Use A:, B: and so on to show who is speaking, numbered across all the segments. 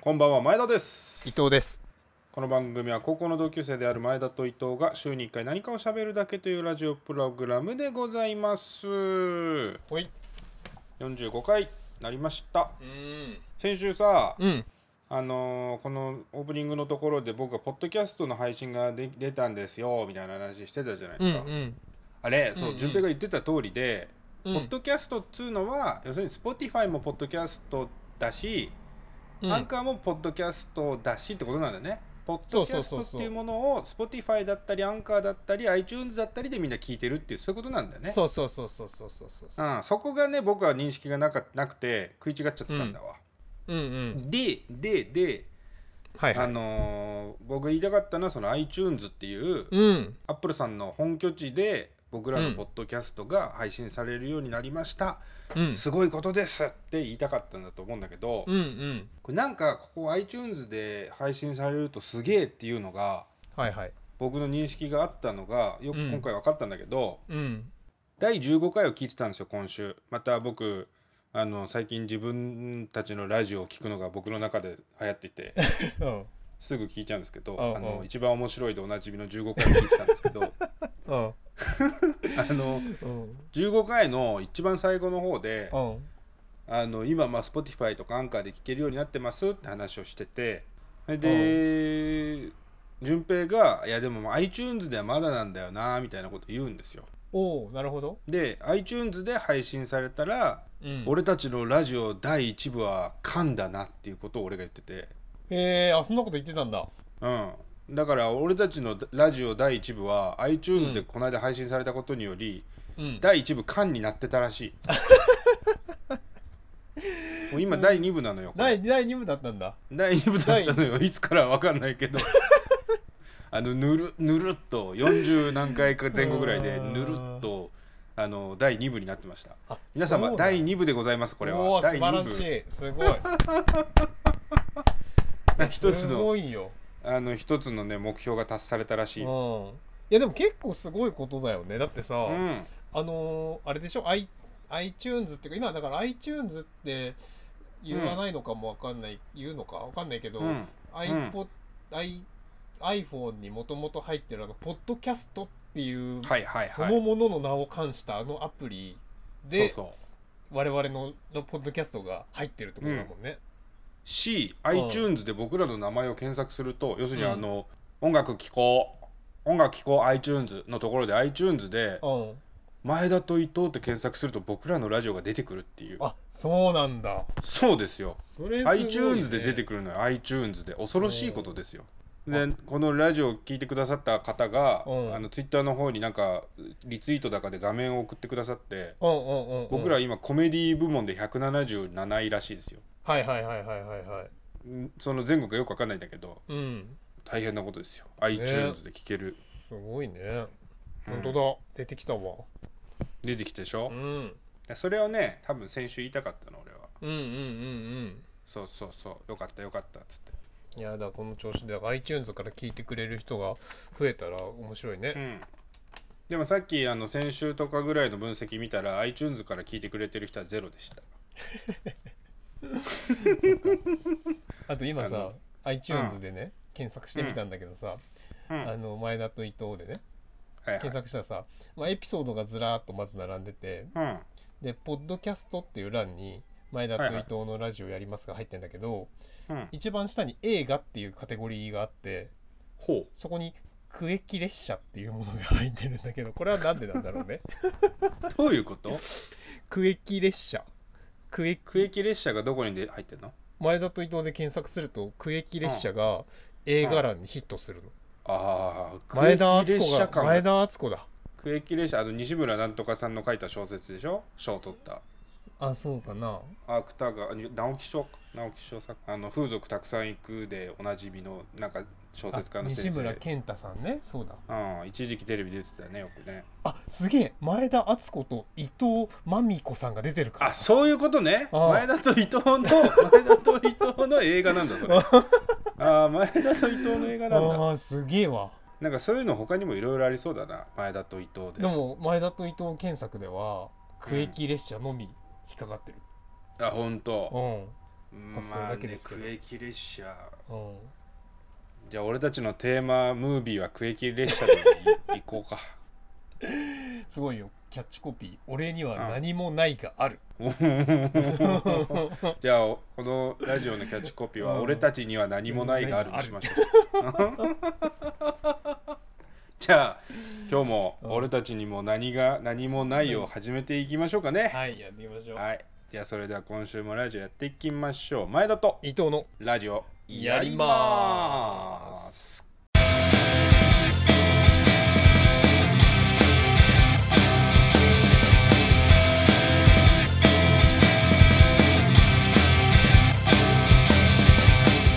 A: こんばんは前田です
B: 伊藤です
A: この番組は高校の同級生である前田と伊藤が週に1回何かを喋るだけというラジオプログラムでございます45
B: ほい
A: 回なりました
B: うん
A: 先週さ
B: うん
A: あのーこのオープニングのところで僕がポッドキャストの配信がで出たんですよみたいな話してたじゃないで
B: うんう
A: すか、
B: ん
A: あれそう
B: うんうん
A: 順平が言ってた通りで、
B: うん
A: ポッドキャストっつうのは要するに Spotify もポッドキャストだし、アンカーもポッドキャストだしってことなんだね。ポッドキャストっていうものを Spotify だったりアンカーだったり iTunes だったりでみんな聞いてるっていうそういうことなんだよね。
B: そうそうそうそうそうそうそう
A: う、ん、そこがね僕は認識がなかなくて食い違っちゃってたんだわ。
B: うんうん
A: ででで、
B: はいは
A: あ
B: い
A: のー僕言いたかったのはその iTunes っていう
B: うん
A: アップルさんの本拠地で僕ら
B: う
A: の
B: ん
A: ポッドキャストが配信されるようになりました、
B: うん
A: すごいことですって言いたかったんだと思うんだけど、
B: うんうん
A: これなんかここ iTunes で配信されるとすげえっていうのが
B: はいはい
A: 僕の認識があったのがよく
B: うん
A: 今回分かったんだけど、
B: うん
A: 第15回を聞いてたんですよ今週また僕あの最近自分たちのラジオを聞くのが僕の中で流行って て
B: うん
A: すぐ聞いちゃうんですけど
B: ああ
A: あの一番面白いでおなじみの15回を聞いてたんですけ どあ
B: うん
A: の
B: うん
A: 15回の一番最後の方で
B: うん
A: あの今まあ Spotify とかアンカーで聴けるようになってますって話をしててで順平が「いやでももう iTunes ではまだなんだよな」みたいなこと言うんですよ
B: おおなるほど
A: で iTunes で配信されたら、
B: うん
A: 俺たちのラジオ第1部は噛んだなっていうことを俺が言ってて
B: へえあそんなこと言ってたんだ
A: うんだから俺たちのラジオ第1部は iTunes でこの間配信されたことにより、
B: うん
A: 第1部缶になってたら しいもう今第2部なのよこれ
B: 第第二部だったんだ
A: 第2部だったのよいつからわかんないけ どあのぬるぬるっと40何回か前後ぐらいで
B: うん
A: ぬるっとあの第2部になってました
B: あ
A: 皆様
B: そうだ
A: 第2部でございますこれ
B: お
A: は
B: お素
A: 第
B: 晴ら
A: 2
B: し
A: 部
B: いすごい
A: 一つ
B: す
A: の
B: ごいよ
A: あの一つのね目標が達されたらしい、うん、
B: うんいやでも結構すごいことだよねだってさ、あのーあれでしょ、I、iTunes っていうか今だから iTunes って言わないのかもわかんない、言うのかわかんないけど、
A: うん
B: iPod、i iPhone にもともと入ってるあのポッドキャストっていう、
A: はいはい
B: そ
A: は
B: の
A: い
B: ものの名を冠したあのアプリ
A: そう
B: で
A: そう
B: 我々ののポッドキャストが入ってるってことだもんね。
A: し
B: ん
A: iTunes で僕らの名前を検索すると要するに
B: うん
A: あの、音楽聴こう音楽聴こう iTunes のところで iTunes で
B: うん、
A: 前田と伊藤って検索すると僕らのラジオが出てくるっていう
B: あそうなんだ。
A: そうですよ
B: それすごい、ね、
A: iTunes で出て
B: く
A: くるのよ iTunes で恐ろしいことですよでこのラジオを聞いてくださった方が
B: うん
A: あのツイッターの方になんかリツイートだかで画面を送ってくださって
B: うんうんうんうん、
A: 僕ら今コメディ部門で177位らしいですよ
B: はいはいはいはいはいはい。
A: んその全国がよくわかんないんだけど
B: うん
A: 大変なことですよ iTunes で聞ける、
B: すごいね。
A: うん
B: 本当だ、出てきたわ。
A: 出てきたでし
B: う
A: ょ
B: ん、うん
A: それをね多分先週言いたかったの俺は
B: うんうんうん
A: そうそうそうよかったよかったっつって
B: いやだこの調子で iTunes から聞いてくれる人が増えたら面白いね、
A: うん、でもさっきあの先週とかぐらいの分析見たら iTunes から聞いてくれてる人はゼロでした
B: あと今
A: あ
B: さ
A: の
B: iTunes でね、検索してみたんだけどさ、
A: うんは
B: あ
A: い
B: の前田と伊藤でね
A: はい
B: 検索したらさ、まあ、エピソードがずらーっとまず並んでて
A: うん
B: で「ポッドキャスト」っていう欄に「前田と伊
A: はいはい
B: 藤のラジオやります」が入ってんだけど、
A: うん
B: 一番下に「映画」っていうカテゴリーがあって
A: ほ
B: そこに「区域列車」っていうものが入ってるんだけどこれはなんでなんだろ うね
A: うどういうこと
B: 区域列車区域
A: 区域列車がどこにで入ってんの
B: 前田と伊藤で検索すると区域列車が映画欄にヒットするの、
A: ああ
B: 前田敦
A: 列
B: 子
A: 車
B: が前
A: 感が
B: 田敦子だ
A: 区域列車あの西村なんとかさんの書いた小説でしょ賞を取った
B: あそうかな
A: 芥川あ直木賞か直木賞作あの風俗たくさん行くでおなじみのなんか小説家の
B: 西
A: 先生
B: 村健太さんねそうだ
A: うん、一時期テレビ出てたねよくね
B: あすげえ前田敦子と伊藤真美子さんが出てるから
A: あそういうことね
B: ああ
A: 前田と伊藤の前田と伊藤の映画なんだそれああ前田と伊藤の映画
B: あ
A: なんだ
B: ーすげえわ
A: なんかそういうの他にもいろいろありそうだな前田と伊藤
B: で
A: で
B: も前田と伊藤検索では区域列車のみ引っかかってる
A: あ本当
B: うん
A: うん
B: あそれだけですけど
A: まあね、クエキ列車
B: うん
A: じゃあ俺たちのテーマムービーはクエキ列車でい 行こうか
B: すごいよキャッチコピー「俺には何もないがある」
A: じゃあおこのラジオのキャッチコピーは「
B: うん
A: 俺たちには何もないがある」にしましょう じゃあ今日も「俺たちにも何が何もない」を始めていきましょうかね、
B: はいやってみましょう、
A: はいじゃあそれでは今週もラジオやっていきましょう前田と
B: 伊藤の
A: ラジオ
B: やりまー
A: す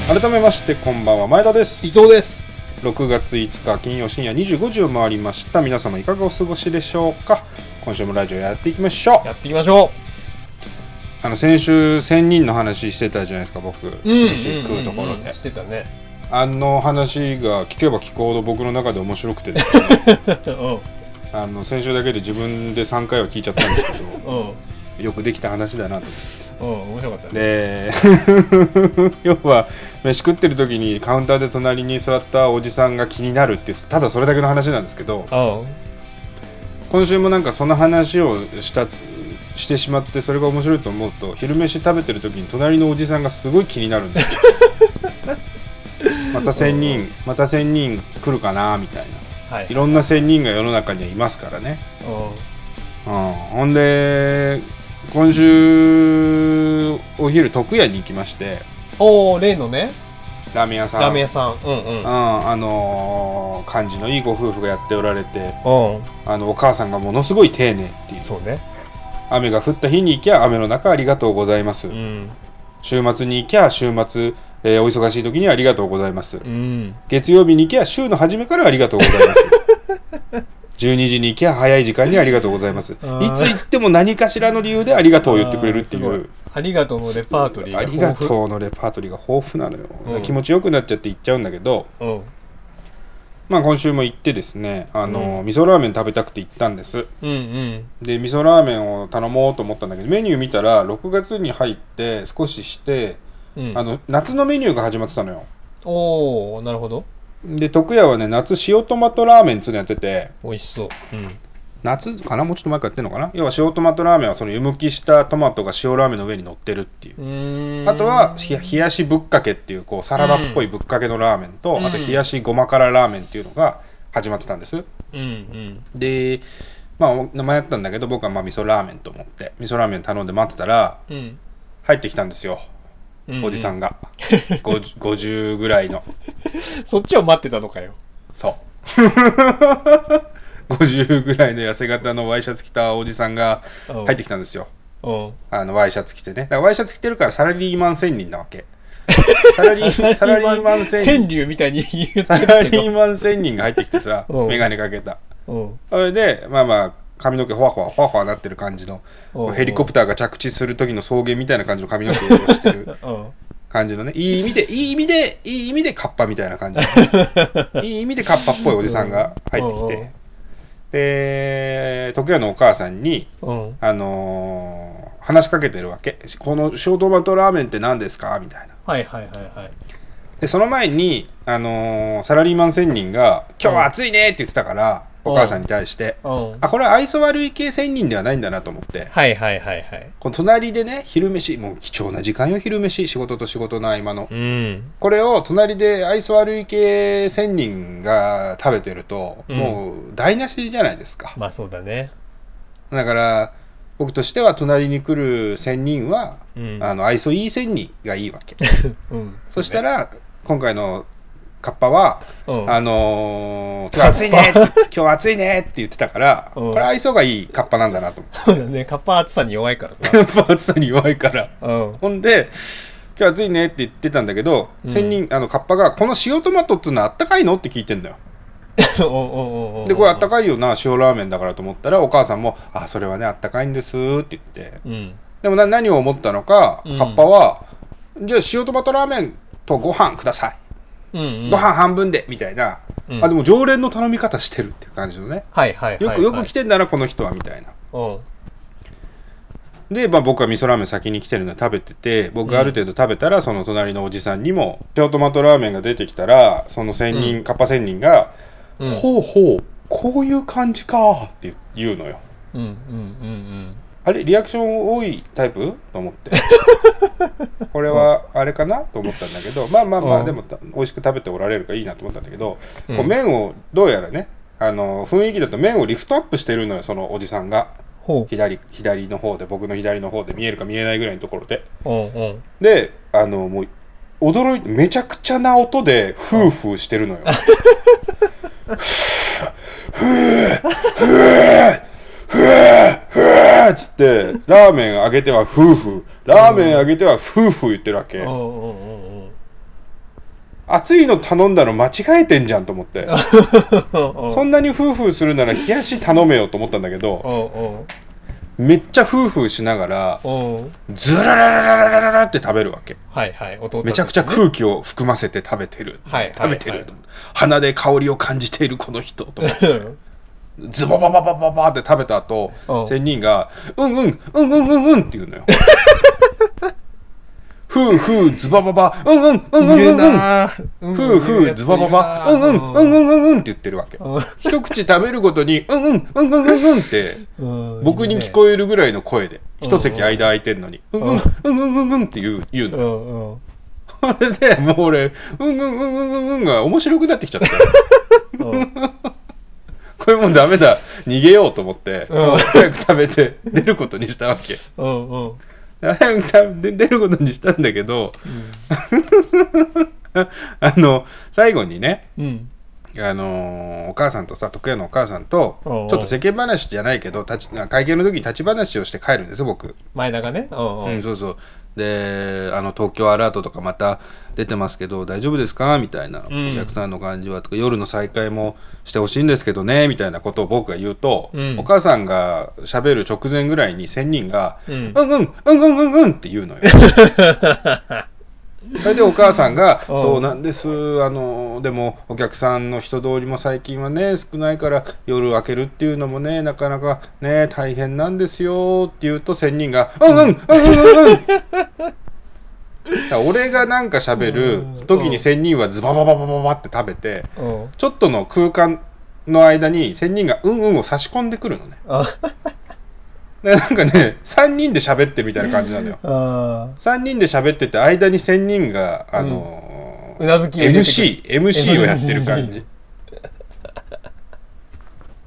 A: 改めましてこんばんは前田です
B: 伊藤です
A: 6月5日金曜深夜25時を回りました皆様いかがお過ごしでしょうか今週もラジオやっていきましょう
B: やっていきましょ
A: あの先週1000人の話してたじゃないですか僕、
B: う、うん、
A: 飯食うところで、
B: んんんしてたね
A: あの話が聞けば聞くほど僕の中で面白くてね
B: うん
A: あの先週だけで自分で3回は聞いちゃったんですけど
B: うん
A: よくできた話だなと思っ
B: うん面白かった
A: て
B: ね
A: で 要は飯食ってる時にカウンターで隣に座ったおじさんが気になるっていうただそれだけの話なんですけど
B: うん
A: 今週もなんかその話をしたしてしまってそれが面白いと思うと昼飯食べてる時に隣のおじさんがすごい気になるん ですよまた1000人また1000人来るかなみたいな
B: はい
A: いろんな仙人が世の中にはいますからね、
B: う
A: うん、ほんで今週お昼徳屋に行きまして
B: んおお例のね
A: ラーメン屋さん
B: ラーメン屋さんうんうん
A: うん、あのー感じのいいご夫婦がやっておられて
B: うん
A: あのお母さんがものすごい丁寧っていう
B: そうね
A: 雨が降った日に行きゃ雨の中ありがとうございます、
B: うん
A: 週末に行きゃ週末、えーお忙しい時にはありがとうございます、
B: うん
A: 月曜日に行きゃ週の初めからありがとうございます 12時に行きゃ早い時間にありがとうございますいつ
B: あー
A: 行っても何かしらの理由でありがとうを言ってくれるってい
B: あーす
A: う
B: ごありがとうのレパートリー
A: ありが
B: う
A: とうのレパートリーが豊富なのよ、
B: うん
A: 気持ちよくなっちゃって行っちゃうんだけど、
B: うん
A: まあ、今週も行ってですねあの、味噌ラーメン食べたくて行ったんです
B: うんうん
A: で味噌ラーメンを頼もうと思ったんだけどメニュー見たら6月に入って少しして、
B: うん
A: あの夏のメニューが始まってたのよ
B: おおなるほど
A: で徳屋はね夏塩トマトラーメンっつうのやってて
B: 美味しそううん
A: 夏かなもうちょっと前からやってんのかな要は塩トマトラーメンはその湯むきしたトマトが塩ラーメンの上に乗ってるっていう、
B: あ
A: あとはひ冷やしぶっかけっていうこうサラダっぽいぶっかけのラーメンと、
B: うん
A: あと冷やしごま辛ラーメンっていうのが始まってたんです
B: うんうん
A: でまあお名前やったんだけど僕はまあ味噌ラーメンと思って味噌ラーメン頼んで待ってたら
B: うん
A: 入ってきたんですよ
B: う
A: おじさ
B: ん
A: んが、50 50ぐらいの
B: そっちを待ってたのかよ
A: そう 50ぐらいの痩せ型のワイシャツ着たおじさんが入ってきたんですよ
B: うん
A: あのワイシャツ着てねだからワイシャツ着てるからサラリーマン千人なわけ サラリーサラリーマン千
B: 川
A: 人
B: 柳みたいに言う
A: サラリーマン千人が入ってきてさ
B: うん
A: 眼鏡かけた
B: うん
A: それでまあまあ髪の毛ほわほわほわほわなってる感じの
B: うん
A: ヘリコプターが着地する時の草原みたいな感じの髪の毛をしてる
B: うん
A: 感じのねいい意味でいい意味でいい意味でカッパみたいな 感じのいい意味でカッパっぽいおじさんが入ってき
B: うんうん
A: てで徳屋のお母さんに
B: うん
A: あのー話しかけてるわけこのショートマトラーメンって何ですかみたいな
B: はいはいはいはい
A: でその前に、あのーサラリーマン仙人が「今日は暑いね」って言ってたから、
B: うん
A: お母さんに対して、
B: うん
A: あこれは愛想悪い系仙人ではないんだなと思って
B: はいはいはいはい
A: この隣でね昼飯もう貴重な時間よ昼飯仕事と仕事の合間の、
B: うん
A: これを隣で愛想悪い系仙人が食べてると、
B: うん
A: もう台無しじゃないですか、
B: まあそうだね
A: だから僕としては隣に来る仙人は
B: うん
A: あの愛想いい線にがいいわけ
B: うん
A: そしたら今回のカッパは「
B: うん
A: あの ー今日暑いね」今日暑いね」って言ってたから
B: うん
A: これ愛想がいいカッパなんだなと思っ て
B: そうだねカッパ暑さに弱いから
A: カッパ暑さに弱いから
B: なうん
A: ほんで「今日暑いね」って言ってたんだけど、
B: うん
A: 仙人あのカッパが「この塩トマトっつうのはあったかいの?」って聞いてんだよ
B: おおおお
A: でこれあった
B: か
A: かいよな塩ラーメンだからと思ったらお母さんも「あそれはねあったかいんです」って言って
B: うん
A: でもな何を思ったのか、
B: うん
A: カッパは「じゃあ塩トマトラーメンとご飯ください」
B: うんうん
A: ご飯半分でみたいな、
B: うん
A: あでも常連の頼み方してるっていう感じのね
B: はいはいはい
A: よ
B: は
A: く
B: い
A: よく来てんだなこの人はみたいな
B: うん
A: で、まあ、僕は味噌ラーメン先に来てるので食べてて僕がある程度食べたら、その隣のおじさんにも塩トマトラーメンが出てきたらその仙人、カッパ仙人が「
B: うん
A: ほうほうこういう感じか」って言うのよ。
B: うんうんうん
A: あれリアクション多いタイプと思って これはあれかなと思ったんだけどまあまあま
B: う
A: あ
B: ん
A: でもた美味しく食べておられるからいいなと思ったんだけど、
B: うん
A: こう麺をどうやらねあの雰囲気だと麺をリフトアップしてるのよそのおじさんが
B: ほ
A: 左左の方で僕の左の方で見えるか見えないぐらいのところで
B: ううんうん
A: であのもう驚いてめちゃくちゃな音でフーフーしてるのよ。ふーふーふーっつってラーメンあげてはフーフーラーメンあげてはフーフー言ってるわけ、
B: うんうんうんうん
A: 熱いの頼んだの間違えてんじゃんと思って
B: うん
A: そんなにフーフーするなら冷やし頼めよと思ったんだけど
B: う
A: めっちゃフーフーしながら
B: んうんうん
A: ズララララララララって食べるわけ
B: はいはい弟
A: めちゃくちゃ空気を含ませて食べてる、
B: はいはい
A: 食べてる、
B: はい
A: 鼻で香りを感じているこの人と思って
B: うん
A: ズボバババババって食べた後
B: うん
A: 仙人が「うんうんうんうんうんうん」って言う のよ。ふうふうズバババうんうんうんうん
B: いる
A: うんうん
B: なぁうんうん
A: ふうふ
B: いうる
A: ズバババう
B: やつい
A: んうんうんう
B: る
A: んうんうんって言ってるわけ一口食べるごとに「うんうんうんうんうんうん」って
B: うんうん
A: 僕に聞
B: え
A: こえるぐらいの声で
B: うん
A: 一席間空いてんのに「うんうんうんうんうんうん」って言う言うの
B: う
A: よ
B: んうん
A: それでもう俺「うんうんうんうんうんうん」が面白くなってきちゃった
B: うん
A: これもうダメだ逃げようと思って、
B: うん
A: 早く食べて出ることにしたわけ
B: うんうん
A: 早く食べ出ることにしたんだけど あの最後にね
B: うん
A: あのーお母さんとさ徳屋のお母さんとち
B: おうお
A: ょ
B: う
A: っと世間話じゃないけど立ち会見の時に立ち話をして帰るんです僕、
B: 前田がねうんう
A: うんん、そうそうであの東京アラートとかまた出てますけど大丈夫ですかみたいな、
B: うん
A: お客さんの感じはとか夜の再開もしてほしいんですけどねみたいなことを僕が言うと、
B: うん
A: お母さんが喋る直前ぐらいに仙人が「
B: う
A: うんんうんうんうんうんうん」って言 うのよ。それでお母さんが「
B: うん
A: そうなんですあのでもお客さんの人通りも最近はね少ないから夜開けるっていうのもねなかなかね大変なんですよ」って言うと仙人が「うんうんうんうんうんうん」俺がなんか喋る時に仙人はズババババババって食べて
B: うん
A: ちょっとの空間の間に仙人が「うんうん」を差し込んでくるのね
B: あ
A: でなんかね3人で喋ってるみたいな感じなのよ
B: あ
A: 3人で喋ってて間に仙人があのー
B: ーうなずきを入れてくる
A: MC, MC をやってる感じ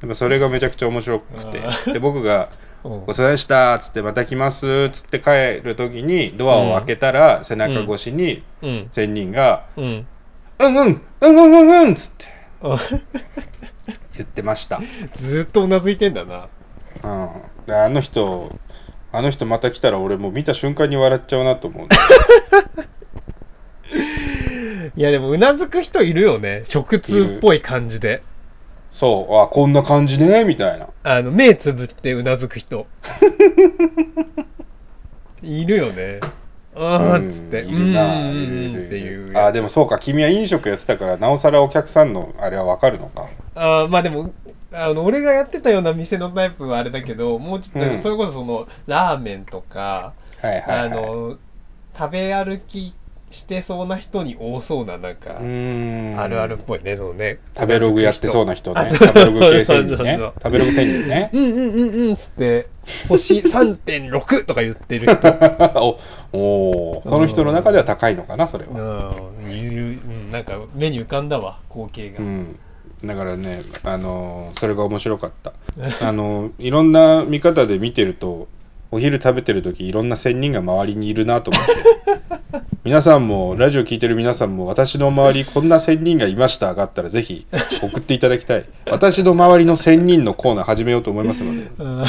A: でもそれがめちゃくちゃ面白く
B: あ
A: てで僕が
B: うん
A: 「ごちそうさまでした」っつって「また来ます」っつって帰る時にドアを開けたら背中越しに
B: うん
A: 仙人が
B: うん
A: 「うんうんうんうんうんうん」っつって
B: あ
A: 言ってました、
B: ずーっとうなずいてんだな
A: うん、であの人あの人また来たら俺もう見た瞬間に笑っちゃうなと思う
B: いやでもうなずく人いるよね食通っぽい感じで
A: そうあこんな感じねみたいな
B: あの目つぶってうなず く人いるよねああっつって
A: うんいるな
B: う
A: い
B: ん
A: るい
B: うん
A: る
B: っていう
A: あ
B: やつ
A: でもそうか君は飲食やってたからなおさらお客さんのあれは分かるのか
B: あーまあでもあの俺がやってたような店のタイプはあれだけどもうちょっと、
A: うん
B: それこそそのラーメンとか、
A: はいはい、はい、
B: あの食べ歩きしてそうな人に多そうななんか
A: う、ーん
B: あるあるっぽいねそのね
A: 食べログやってそうな人ね
B: あそう
A: 食べログ系専人ね
B: そうそうそう
A: 食べログ専人ね
B: うんうんうんうんっつって星3.6とか言ってる人
A: おおーその人の中では高いのかなそれは
B: うん、いる、うん、なんか目に浮かんだわ光景が、
A: うん、だからねあのそれが面白かった あのいろんな見方で見てるとお昼食べてる時いろんな仙人が周りにいるなと思って 皆さんもラジオ聞いてる皆さんも私の周りこんな仙人がいましたがあったらぜひ送っていただきたい私の周りの仙人のコーナー始めようと思いますので
B: うん、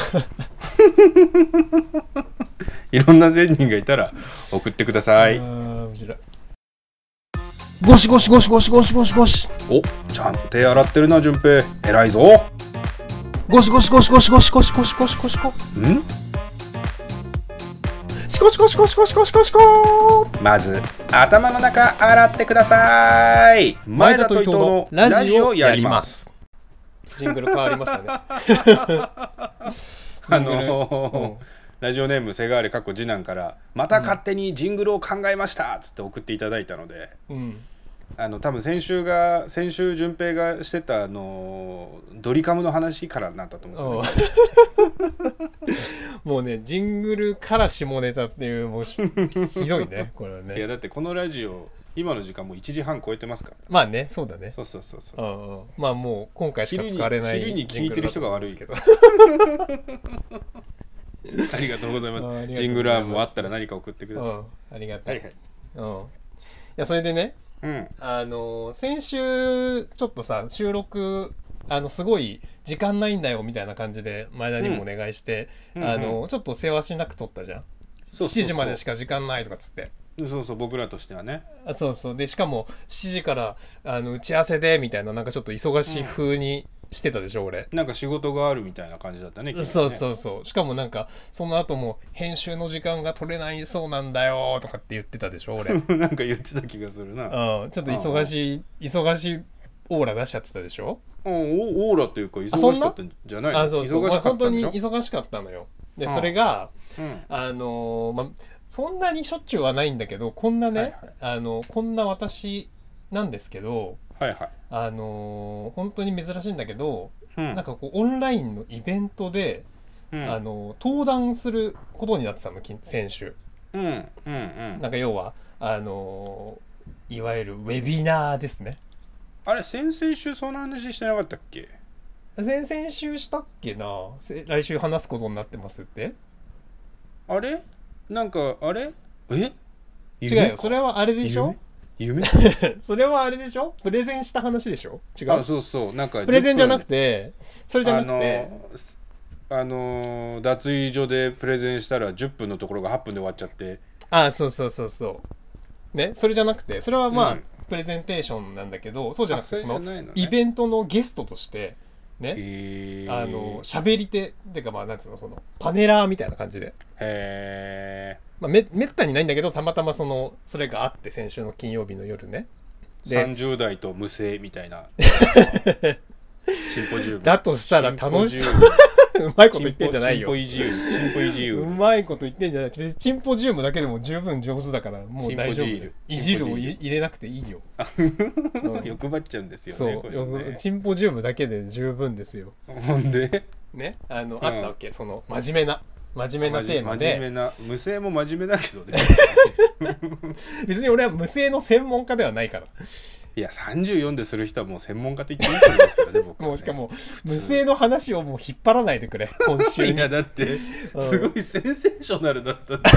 A: いろんな仙人がいたら送ってください
B: うん面白い
C: ゴシゴシゴシゴシゴシゴシゴシ
A: おちゃんと手洗ってるな順平偉いぞん
C: ゴシゴシゴシゴシゴシゴシゴシゴシゴシゴシゴシゴシゴシゴシゴシゴシゴ
A: まず頭の中洗ってください前田と伊藤のラジオやります
B: ジングル変わりましたね
A: あ
B: ジングル
A: のーラジオネームセガーレかっこ次男から「また勝手にジングルを考えました」っつって送っていただいたので、
B: うん。
A: あの多分先週が先週順平がしてたあのドリカムの話からなったと思うんですよね。
B: もうね、ジングルから下ネタっていう、もうしひどいね、これはい
A: や
B: ね。
A: だってこのラジオ今の時間もう1時半超えてますから。
B: まあね、そうだね。
A: そうそうそうそう
B: う。んうんまあもう今回しか使われない
A: 昼に昼に聞いてる人が悪い
B: ジングルだと
A: ありがとうございま
B: あーありがとうござ
A: す。
B: います
A: ジングルアームもあったら何か送ってくだ
B: 思
A: さい。
B: うんですけどうんありがた
A: はい
B: い
A: はい。
B: うんいやそれでね
A: うん。
B: あのー先週ちょっとさ収録あのすごい時間ないんだよみたいな感じで前田にもお願いして、
A: うん
B: あ
A: うん
B: のーちょっと世話しなく撮ったじゃん
A: そうそうそう
B: 7時までしか時間ないとかっつって
A: そうそう僕らとしてはね。
B: あそうそうでしかも7時からあの打ち合わせでみたいななんかちょっと忙しい風にしてたでしょ、俺
A: なんか仕事があるみたいな感じだったね。君はね
B: そうそうそうしかもなんかその後も編集の時間が取れないそうなんだよとかって言ってたでし ょ俺、うん、ち
A: なんか言ってた気がするな。
B: ょっと忙しい忙しいオーラ出しちゃってたでしょ
A: うん、オオーラというか忙
B: そ
A: し
B: ん
A: か
B: な
A: ったんじゃないの
B: あそうそう
A: 忙しかっ
B: 本
A: た
B: 当
A: んで
B: に
A: しょ。
B: 忙しかったのよで
A: うん
B: それが
A: うん
B: あのーまそんなにしょっちゅうはないんだけどこんなね、
A: はいは
B: あのこんな私なんですけど
A: はいはい。
B: あのー本当に珍しいんだけど、
A: うん
B: なんかこうオンラインのイベントで、
A: うん
B: あのー登壇することになってたのき先週
A: うんうんうん
B: なんか要はあのーいわゆるウェビナーですね
A: あれ先々週そんな話してなかったっけ
B: 先々週したっけなせ来週話すことになってますって
A: あれなんかあれえ
B: 違うよそれはあれでしょ
A: 夢
B: それはあれでしょプレゼンした話でしょ違
A: あ
B: う
A: そうそうなんか
B: プレゼンじゃなく
A: て
B: てそれじゃなくて
A: あのすあのー脱衣所でプレゼンしたら10分のところが8分で終わっちゃって
B: あそうそうそうそうねそれじゃなくてそれはまあ、
A: うん
B: プレゼンテーションなんだけどそうじゃなくて
A: あ
B: そ
A: それ
B: の
A: じゃないのね
B: イベントのゲストとしてね
A: へー
B: あの喋り手っていうかまあなんつうのそのパネラーみたいな感じで、
A: へ
B: まあ、めめったにないんだけどたまたまそのそれがあって先週の金曜日の夜ね
A: え
B: で
A: 30代と無声みたい なシンポジウム
B: だとしたら楽しそ
A: シン
B: う
A: ポジウム
B: うまいこと言ってんじゃない
A: チンポ
B: よ
A: イジウムチンポイジウ
B: う
A: ム
B: まいこと言ってんじゃない別にチンポジウムだけでも十分上手だからもう大丈夫
A: チンポジール
B: いじるをい入れなくていいよ、うん
A: 欲張っちゃうんですよ
B: そう
A: ねこういうのね
B: チンポジウムだけで十分ですよ
A: ほんで
B: ねあの、
A: ん
B: あったわけその真面目な真面目なテーマ
A: 真面
B: で
A: 目な無声も真面目だけどね
B: 別に俺は無声の専門家ではないから
A: いや34でする人はもう専門家と言っていいと思いますからね僕はね
B: もうしかも無声の話をもう引っ張らないで くれ今週
A: い
B: に
A: やだって
B: うん
A: すごいセンセーショナルだったん だ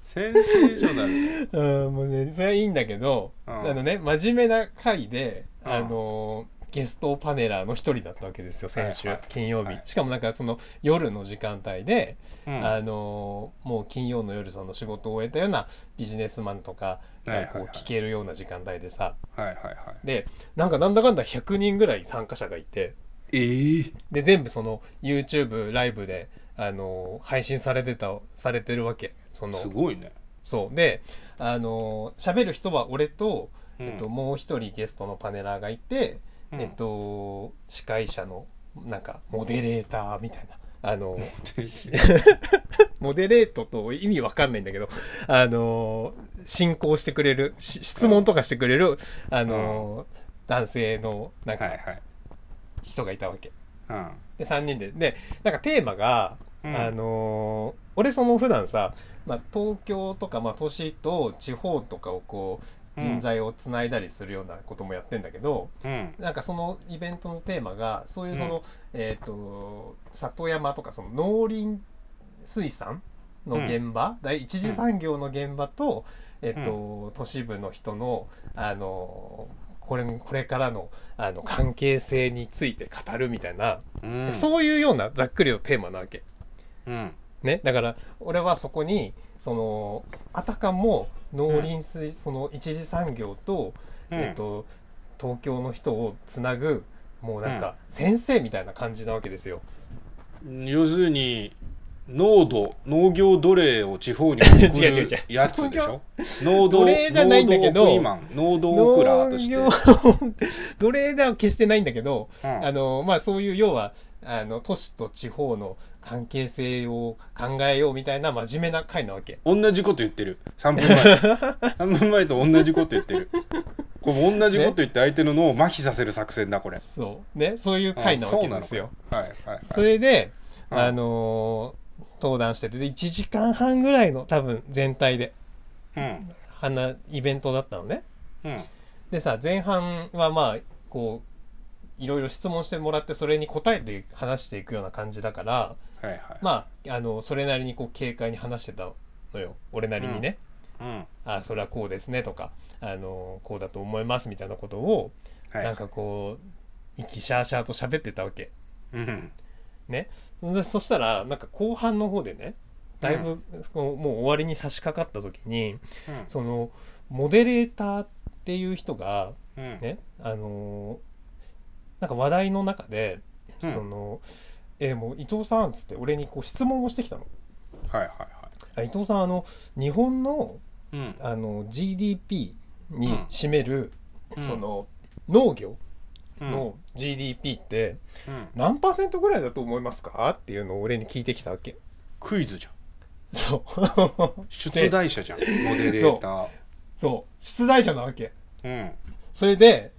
A: センセーショナルだ
B: うんもうねそれはいいんだけど、
A: うん
B: あのね真面目な回で、
A: うん
B: あのゲストパネラーの一人だったわけですよ先週、
A: はいはい
B: 金曜日、
A: はい
B: しかもなんかその夜の時間帯で、
A: うん
B: あのもう金曜の夜その仕事を終えたようなビジネスマンとか
A: はいはい
B: が
A: はい
B: こう聞けるような時間帯でさ、
A: はいはいはい
B: でなんかなんだかんだ100人ぐらい参加者がいて
A: えー、
B: で全部その YouTube ライブであの配信されてたされてるわけその
A: すごいね
B: そうであの喋る人は俺と、
A: うん
B: え っと、もう一人ゲストのパネラーがいて、
A: うん
B: えっと、司会者のなんかモデレーターみたいな。あのモデレートと意味わかんないんだけどあの進行してくれるし質問とかしてくれるあの、男性のなん
A: はい
B: か
A: はい
B: 人がいたわけ
A: うん
B: で3人ででなんかテーマが、
A: うん
B: あのー俺その普段さ、まあ、東京とか、まあ、都市と地方とかをこう
A: うん
B: 人材をつないだりするようなこともやってんだけど、
A: うん
B: なんかそのイベントのテーマがそういうその、えっ、と里山とかその農林水産の現場、第一次産業の現場と,、えっと都市部の人のあのこれこれからのあの関係性について語るみたいな、
A: うん
B: そういうようなざっくりのテーマなわけ。
A: うん
B: ね、だから俺はそこにそのあたかも農林水、その一次産業と、
A: うん
B: えっと、東京の人をつなぐもうなんか先生みたいな感じなわけですよ。
A: 要するに農土農業奴隷を地方に送
B: 違う違う違
A: る
B: う
A: やつでしょ農道
B: 奴隷じゃないんだけど
A: 農道送りマン農道オクラーとして、うん、
B: 農業奴隷では決してないんだけど、あのまあ、そういう要はあの都市と地方の関係性を考えようみたいな真面目な回なわけ。
A: 同じこと言ってる3分前 3分前と同じこと言ってるこれ同じこと言って相手の脳を麻痺させる作戦だこれ
B: そう。ね、そういう回なわけですよ。
A: はいはいはい
B: それで、
A: うん
B: あのー登壇してて、で1時間半ぐらいの多分全体で、
A: うん
B: 花、イベントだったのね。
A: うん
B: でさ、前半はまあ、こう、いろいろ質問してもらって、それに答えて話していくような感じだから、
A: はいはい
B: まあ、あの、それなりにこう、軽快に話してたのよ。俺なりにね。
A: うん
B: あ、それはこうですねとか、あのーこうだと思いますみたいなことを、
A: はい
B: なんかこう、息シャーシャーと喋ってたわけ。
A: うん
B: ね、そそしたらなんか後半の方でねだいぶ、こうもう終わりに差し掛かった時
A: う
B: に
A: ん
B: そのモデレーターっていう人が
A: うん
B: ねあのーなんか話題の中で、
A: うん
B: そのえーもう伊藤さんっつって俺にこう質問をしてきたの。
A: はいはいはい
B: あ伊藤さんあの日本の
A: うん
B: あの GDP に
A: うん
B: 占める、
A: うん
B: その農業
A: うん
B: の GDP って
A: うん
B: 何パーセントぐらいだと思いますかっていうのを俺に聞いてきたわけ。
A: クイズじゃん
B: そう。
A: 出題者じゃんモデレーター
B: そう。出題者なわけ。
A: うん
B: それで、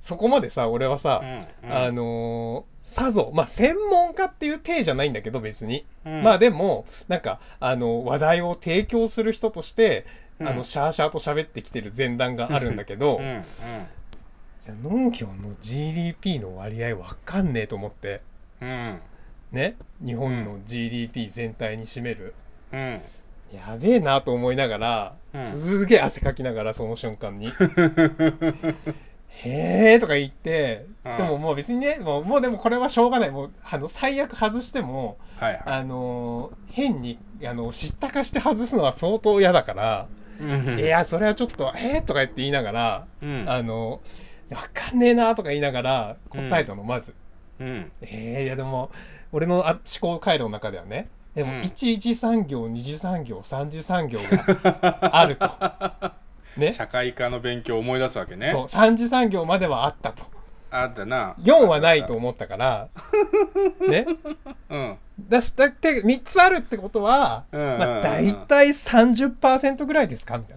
B: そこまでさ、俺はさ、
A: うん
B: あのーさぞ、まあ、専門家っていう体じゃないんだけど、別に。
A: うん
B: まあ、でも、なんか、あの、話題を提供する人として、
A: うん
B: あの、シャーシャーと喋ってきてる前段があるんだけど、
A: う
B: い
A: ん
B: や農業の GDP の割合わかんねえと思って、
A: うん
B: ね、日本の GDP 全体に占める。
A: うん
B: やべえなと思いながら、
A: うん
B: すげえ汗かきながらその瞬 間に「へえ」とか言って
A: うん
B: でももう別にねもうもうでもこれはしょうがないもうあの最悪外しても、
A: はいは
B: あのー変にあの知ったかして外すのは相当嫌だから
A: い
B: 「
A: うん
B: いやそれはちょっとえー」とか言って言いながら、
A: うん
B: あの「わかんねえな」とか言いながら答えたのまず。
A: うん
B: えー、いやでも俺のあ思考回路の中ではねでも
A: うん
B: 1次産業2次産業3次産業があると ね
A: 社会科の勉強を思い出すわけね
B: そう3次産業まではあったと
A: あったな
B: 4はないと思った からね
A: うん
B: だしだって3つあるってことは、
A: うんうんうん
B: まあ、大体30%ぐらいですかみたい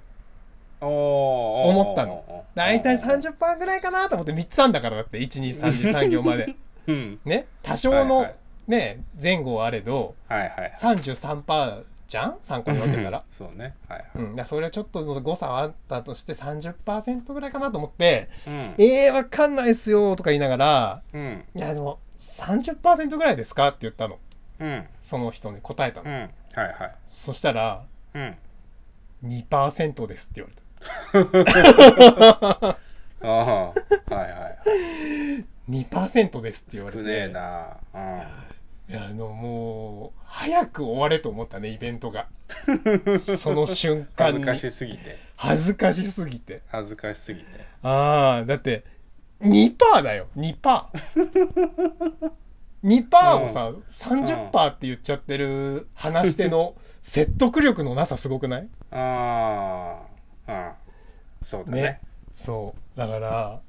B: な思
A: 思
B: ったの大体30%ぐらいかなと思って3つあんだからだって123次産業ま で
A: うん
B: ね多少の、
A: はいはい
B: ね前後はあれど
A: はいはいはい
B: 33%じゃん3個に分けたら
A: そうねはいはい
B: うん、だからそれはちょっと誤差はあったとして30%ぐらいかなと思って
A: うん
B: 「えー、わかんないっすよ」とか言いながら
A: うん
B: 「いやでも30%ぐらいですか?」って言ったの
A: うん
B: その人に答えた
A: う
B: の、
A: んはいはい
B: そしたら
A: うん
B: 「2%です」って言われた
A: ああはい はい
B: 「2%です」って言われ
A: 少
B: て
A: ねえなうん
B: いやあのもう早く終われと思ったねイベン トがその瞬間
A: 恥
B: に
A: ずかしすぎて
B: 恥ずかしすぎて
A: 恥ずかしすぎて
B: ああだって2%だよ 2%2% 2%をさ、30%って言っちゃってる話し手 の説得力のなさすごくない
A: ああうんそうだね
B: ねそうだから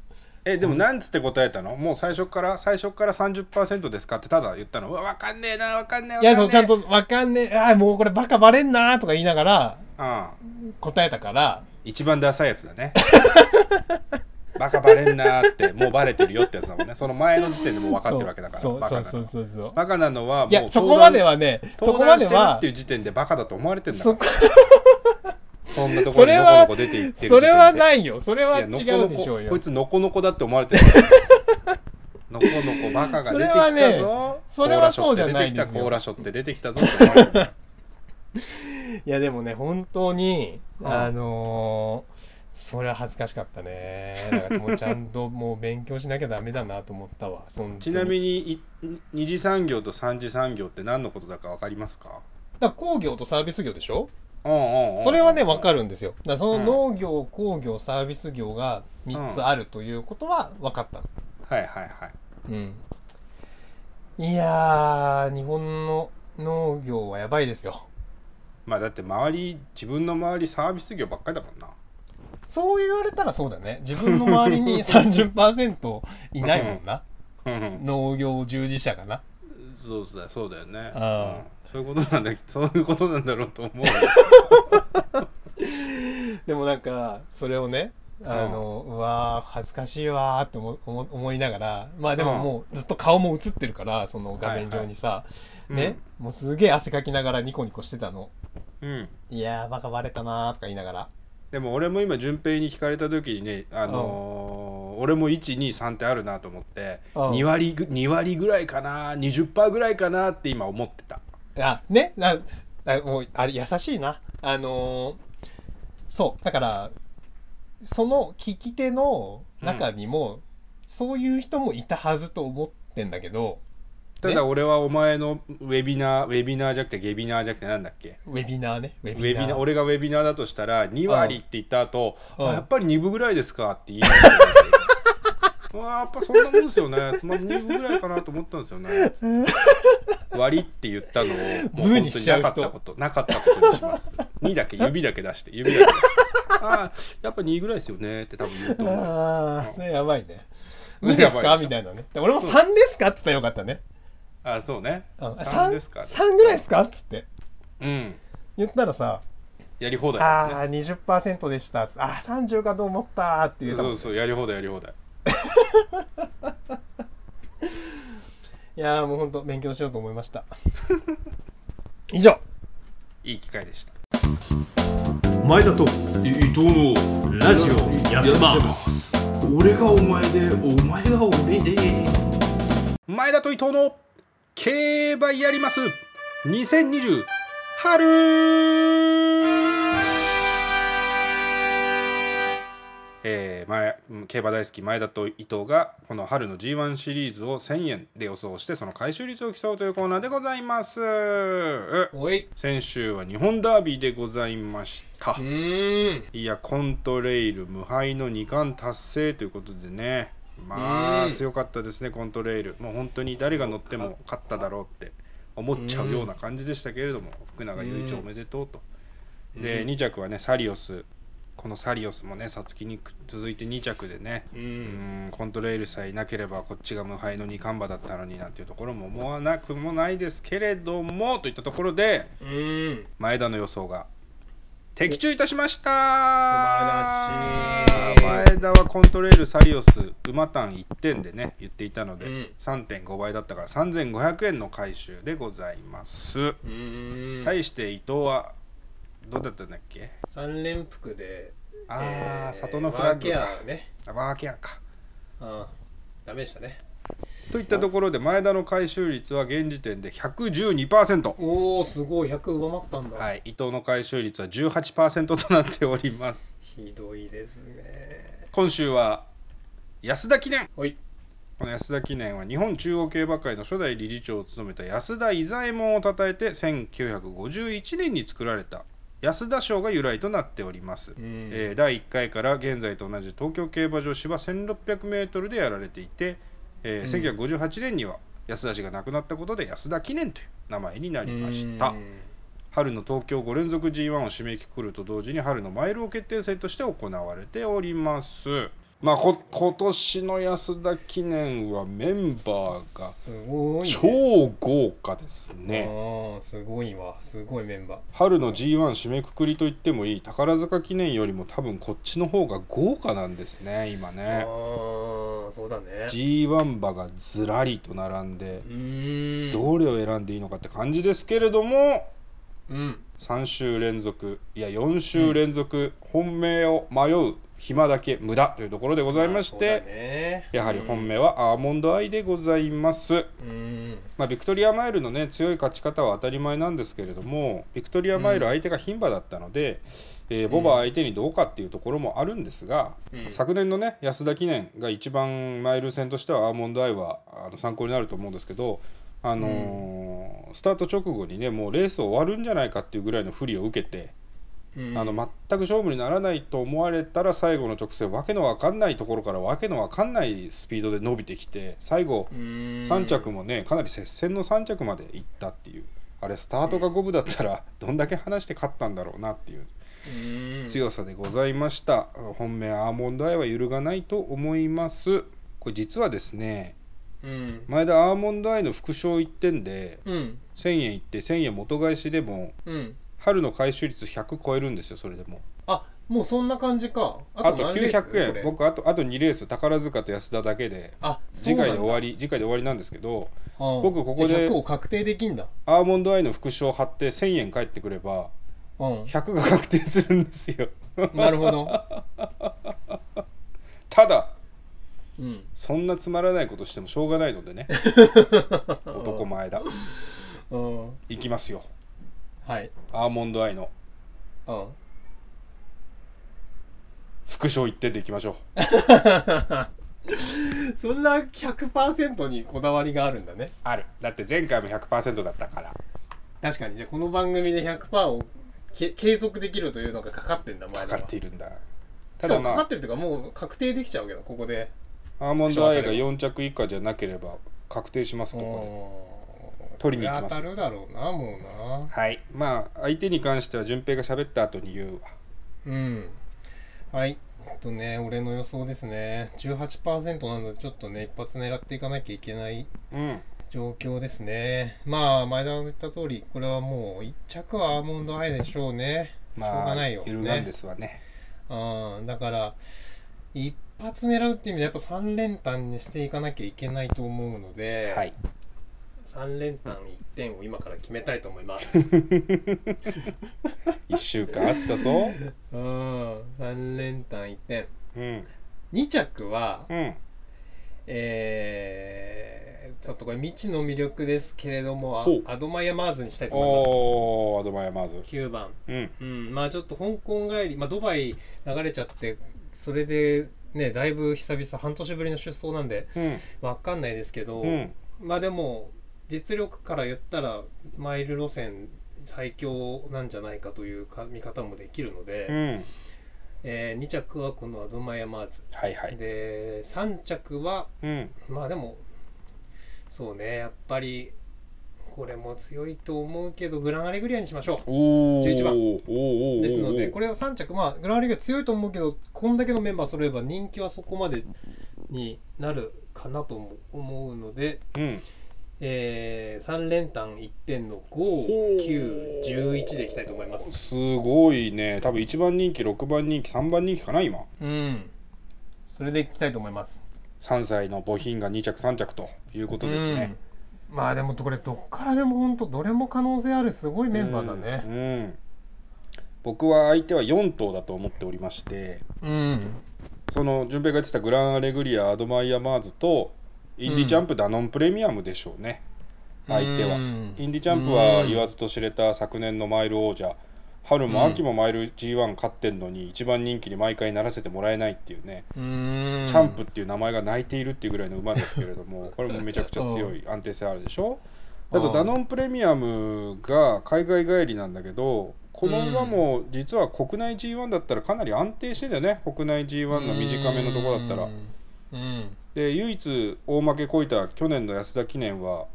A: えでもなんつって答えたのもう最初から最初から30%ですかってただ言ったのうわわかんねえなわかんねえわ
B: いや
A: か
B: そ
A: んねえ
B: うちゃんとわかんねえああもうこれバカバレんなーとか言いながら
A: うん
B: 答えたから
A: 一番ダサいやつだね バカバレんなーってもうバレてるよってやつだもんねその前の時点でもう分かってるわけだから
B: そう
A: バカ
B: そう
A: な
B: そう
A: の
B: そうそう
A: バカなのはもう
B: いやそこ
A: 登
B: ま
A: 壇
B: ではねそこ
A: 登
B: ま
A: 壇
B: で
A: してるっ
B: は
A: ていう時点でバカだと思われてんだか
B: そ
A: ら
B: こ
A: そんなとこ
B: そ
A: ろに
B: れ
A: のこ
B: は
A: のこ出ていってる時点で
B: それはないよそれはい
A: やのこ
B: 違うでし
A: のこ
B: ょう
A: こ
B: よ
A: いつのこのこだって思われてるからのこのこバカが出てきたぞ
B: それはねそれはそうじゃない
A: コーラショって出てき
B: で
A: た
B: すよ
A: コーラショって出てきたぞって思われてる
B: いやでもね本当に、
A: うん
B: あのーそれは恥ずかしかったねだからもうちゃんともう勉強しなきゃダメだなと思ったわそん
A: ちなみにい二次産業と三次産業って何のことだか分かりますか
B: だから工業とサービス業でしょ
A: うんうんうん
B: それはね分かるんですよだからそ
A: うん
B: の農業工業サービス業が3つあるということは分かったの
A: はいはいはい
B: うん、いやー日本の農業はやばいですよ
A: まあだって周り自分の周りサービス業ばっかりだもんな
B: そう言われたらそうだね自分の周 りに30%いないもんな
A: うん
B: 農業従事者がな
A: そうだそうだよね、
B: あ
A: うんそういうことなんだそういうことなんだろうと思う
B: でもなんかそれをねあの、うわー恥ずかしいわーって思思思いながらまあでももうずっと顔も映ってるからその画面上にさ、
A: はいはい
B: ね、もうすげえ汗かきながらニコニコしてたの
A: うん
B: いやーバカバレたなーとか言いながら
A: でも俺も今順平に聞かれた時にね、あのー俺も123ってあるなと思って
B: うん
A: 2割ぐ2割ぐらいかな20%ぐらいかなって今思ってた
B: あねななもうあれ優しいなあのーそうだからその聞き手の中にも、そういう人もいたはずと思ってんだけど
A: ただ俺はお前のウェビナーウェビナーじゃなくてゲビナーじゃなくてなんだっけ
B: ウェビナーねウェ
A: ウェビナー俺がウェビナーだとしたら2割って言った後
B: うん
A: あやっぱり2分ぐらいですかって 言いましやっぱそんなもんですよね、まあ、2分ぐらいかなと思ったんですよね割って言ったのをもう
B: ブー
A: 本
B: に
A: 当
B: し
A: に
B: ち
A: な
B: ゃう
A: か
B: 人
A: ったことなかったことにします2だけ指だけ出して指だけ出してあやっぱ2ぐらいですよねって多分言うと思う
B: ああそれやばいね
A: うん
B: 2です
A: やばい
B: か
A: でしょ
B: みたいなねで俺も3ですかって言ったらよかったね
A: あそうね
B: 3
A: 3ですか
B: 3ぐらいですかっつって
A: うん
B: 言ったらさ
A: やり放
B: 「
A: 題だよね
B: ああ20%でした」ああ30かと思った」って言うた
A: そ
B: もん
A: うそうやり放題やり放題
B: いやーもうほんと勉強しようと思いました 以上
A: いい機会でした
D: 前田と伊藤のラジオやってます俺がお前でお前が俺で
A: 前田と伊藤の競馬やります2020春えー前うん競馬大好き前田と伊藤がこの春の G1 シリーズを1000円で予想してその回収率を競うというコーナーでございます
B: おい
A: 先週は日本ダービーでございました
B: うん
A: いやコントレイル無敗の2冠達成ということでねまあ
B: うん
A: 強かったですねコントレイルもう本当に誰が乗っても勝っただろうって思っちゃうような感じでしたけれども福永祐一おめでとうとで2着はねサリオスこのサリオスもね皐月に続いて2着でね
B: う
A: うんんコントレイルさえいなければこっちが無敗の2冠馬だったのになんていうところも思わなくもないですけれどもといったところで
B: うん
A: 前田の予想が的中いたしました素
B: 素晴らしい
A: 前田はコントレールサリオス馬単1点でね言っていたので、
B: うん
A: 3.5倍だったから3500円の回収でございます、
B: うん
A: 対して伊藤はどうだったんだっけ
B: 3連服で
A: あー
B: えー
A: 里のフラッグか
B: ワーケアね
A: ワーケアか
B: うんダメでしたね
A: といったところで前田の回収率は現時点で112%
B: おおすごい100上回ったんだ、
A: はい、伊藤の回収率は18%となっております
B: ひどいですね
A: 今週は安田記念
B: おい
A: この安田記念は日本中央競馬会の初代理事長を務めた安田伊左衛門をたたえて1951年に作られた安田賞が由来となっております、
B: ん
A: えー第1回から現在と同じ東京競馬場芝 1600m でやられていて、えー1958年には安田氏が亡くなったことで安田記念という名前になりました、
B: うん
A: 春の東京5連続 G1 を締めくくると同時に春のマイル王決定戦として行われておりますまあこ今年の安田記念はメンバーが
B: すごい、ね、
A: 超豪華ですね
B: ああすごいわすごいメンバー
A: 春の G1 締めくくりと言ってもいい宝塚記念よりも多分こっちの方が豪華なんですね今
B: あ
A: ね
B: あそうだね
A: G1 馬がずらりと並んで
B: うーん
A: どれを選んでいいのかって感じですけれども
B: うん
A: 3週連続いや4週連続、本命を迷う暇だけ無駄というところでございまし
B: そう
A: て、
B: だね
A: やはり本命はアーモンドアイでございます、
B: うん
A: まあ、ビクトリアマイルのね強い勝ち方は当たり前なんですけれどもビクトリアマイル相手が牝馬だったので、えーボバ相手にどうかっていうところもあるんですが、
B: うん
A: 昨年のね安田記念が一番マイル戦としてはアーモンドアイはあの参考になると思うんですけど、あのースタート直後にねもうレース終わるんじゃないかっていうぐらいの不利を受けて。
B: うん
A: あの全く勝負にならないと思われたら最後の直線わけのわかんないところからわけのわかんないスピードで伸びてきて最後3
B: 3
A: 着もねかなり接戦の3着まで行ったっていうあれスタートが五分だったらどんだけ離して勝ったんだろうなっていう強さでございました本命アーモンドアイは揺るがないと思いますこれ実はですね
B: うん
A: 前田アーモンドアイの副賞1点で
B: うん
A: 1000円いって1000円元返しでも
B: うん
A: 春の回収率100超えるんですよそれでも
B: あもうそんな感じか
A: あ
B: あ
A: と
B: と何レース
A: 900
B: これ
A: 円僕あとあと2レース宝塚と安田だけで
B: あ
A: 次回で終
B: わ
A: わり次回で終わりなんですけど僕
B: 僕
A: ここで
B: 100を確定できんだ
A: アーモンドアイの副賞貼って1000円返ってくれば
B: うん
A: 100が確定するんですよ
B: なるほど
A: ただ
B: うん
A: そんなつまらないことしてもしょうがないので ね男前だ
B: うん
A: いきますよ
B: はい
A: アーモンドアイの
B: うん
A: 副賞1点でいきましょう
B: そんな100%にこだわりがあるんだね
A: あるだって前回も100%だったから
B: 確かにじゃあこの番組で100%をけ継続できるというのがかかってんだ前
A: か
B: 田
A: か
B: は
A: っているんだた
B: た
A: だ
B: だかか
A: ま
B: ってるというかもう確定できちゃうけどここで
A: あアーモンドアイが4着以下じゃなければ確定しますここ
B: うん
A: 取りに行きます
B: これ当たるだろうなもうな
A: ではいまあ相手に関しては順平が喋った後に言うわ
B: うんはいえっとね俺の予想ですね18%なのでちょっとね一発狙っていかなきゃいけない
A: うん
B: 状況ですねまあ前田が言った通りこれはもう一着はアーモンドアイでしょうねしょう
A: ま
B: が
A: あ
B: ない
A: ゆ
B: よ
A: るがんですわね
B: あーだから一発狙うっていう意味でやっぱ3連単にしていかなきゃいけないと思うので、
A: はい
B: 3連単1点を今から決めたいと思います うん
A: 1週間あったぞ
B: 3連単1点
A: うん
B: 2着は
A: うん
B: えー、ちょっとこれ未知の魅力ですけれども
A: ほう
B: あアドマイヤマーズにしたいと思いま
A: おーアドマイヤマーズ
B: す9番
A: うん
B: うんまあちょっと香港帰り、まあ、ドバイ流れちゃってそれでねだいぶ久々半年ぶりの出走なんで
A: うん
B: わかんないですけど、
A: うん
B: まあでも実力から言ったらマイル路線最強なんじゃないかというか見方もできるので、
A: うん
B: え2着はこのアドマイヤマーズ、
A: はいはい
B: で3着は
A: うん
B: まあでもそうねやっぱりこれも強いと思うけどグランアレグリアにしましょ
A: おー
B: 11番
A: おーおーおー
B: うですので
A: おー
B: これは3着まあグランアレグリア強いと思うけどこんだけのメンバー揃えば人気はそこまでになるかなとも思うので
A: うん
B: えー、3連単1点の
A: ほう
B: 5911でいきたいと思います
A: すごいね多分1番人気6番人気3番人気かな今
B: うんそれでいきたいと思います
A: 3歳の母品が2着3着ということですね、
B: うんまあでもこれどっからでも本当どれも可能性あるすごいメンバーだ
A: う
B: ね
A: ん、僕は相手は4頭だと思っておりまして
B: うん、
A: その順平が言ってたグランアレグリアアドマイヤマーズとインディジャンプダノンプレミアムでしょうね、相手は
B: うん
A: インディジャンプは
B: うん
A: 言わずと知れた昨年のマイル王者春も秋もマイル G1 勝ってんのに一番人気に毎回ならせてもらえないっていうね、
B: うん
A: チャンプっていう名前が泣いているっていうぐらいの馬ですけれど もこれもめちゃくちゃ強い安定性あるでしょあ
B: う
A: と
B: ん
A: ダノンプレミアムが海外帰りなんだけどこの馬も実は国内 G1 だったらかなり安定してんだよね国内 G1 の短めのとこだったら
B: うんうん
A: で唯一大負けこいた去年の安田記念は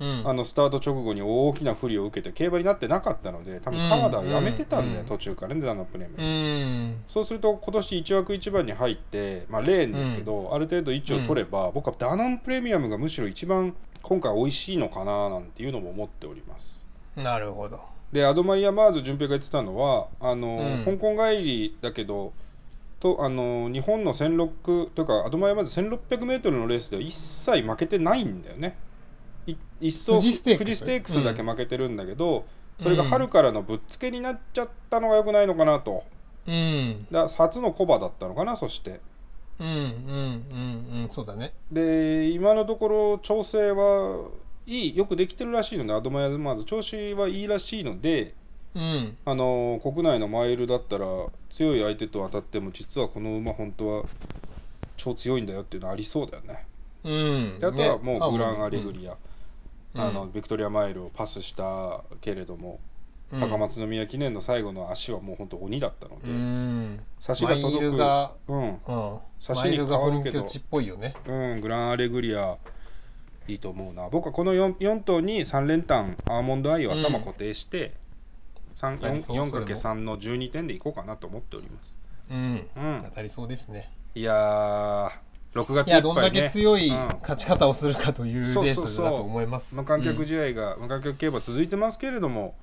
B: うん
A: あのスタート直後に大きな不利を受けて競馬になってなかったので多分カナダはやめてたんだ
B: う
A: よ
B: ん
A: 途中からねダノンプレミアム
B: うん
A: そうすると今年1枠1番に入って、まあ、レーンですけど、ある程度位置を取れば、僕はダノンプレミアムがむしろ一番今回美味しいのかななんていうのも思っております。
B: なるほど
A: でアドマイヤ・マーズ順平が言ってたのはあの、
B: うん
A: 香港帰りだけどとあの日本の1600というかアドマイヤ・マーズ 1600m のレースでは一切負けてないんだよね。い一層
B: 富士ステークス
A: 富士ステークスだけ負けてるんだけど、それが春からのぶっつけになっちゃったのが良くないのかなと。
B: うん
A: だ初のコバだったのかなそして
B: うんうんうんうんそうだね
A: で今のところ調整はいいよくできてるらしいのでアドマイヤーズマーズ調子はいいらしいので
B: うん
A: あの国内のマイルだったら強い相手と当たっても実はこの馬本当は超強いんだよっていうのありそうだよね
B: うん
A: であとは
B: ね
A: も
B: あ
A: うグランアレグリア、
B: うん
A: あのビクトリアマイルをパスしたけれども、
B: うん
A: 高松宮記念の最後の足はもう本当鬼だったの
B: う
A: で、
B: ん
A: 差しが届く
B: マイルが
A: うん、
B: うん、
A: 刺
B: マ
A: 身
B: イ
A: に
B: ル
A: 変
B: が
A: わる
B: 本
A: けど
B: 拠地っぽいよね。
A: うん、グランアレグリアいいと思うな僕はこの 4, 4頭に3連単アーモンドアイを頭固定して、三
B: 何そうそれも
A: 4×3 の12点でいこうかなと思っております、
B: うん、
A: うん
B: 当たりそうですね。
A: いや6月
B: い
A: いっぱい、ね、
B: や、どんだけ強い
A: うん
B: 勝ち方をするかというレ
A: そう
B: ー
A: そう
B: ス
A: そう
B: だと思います。
A: 無観客
B: うん
A: 試合が、無観客競馬続いてますけれども、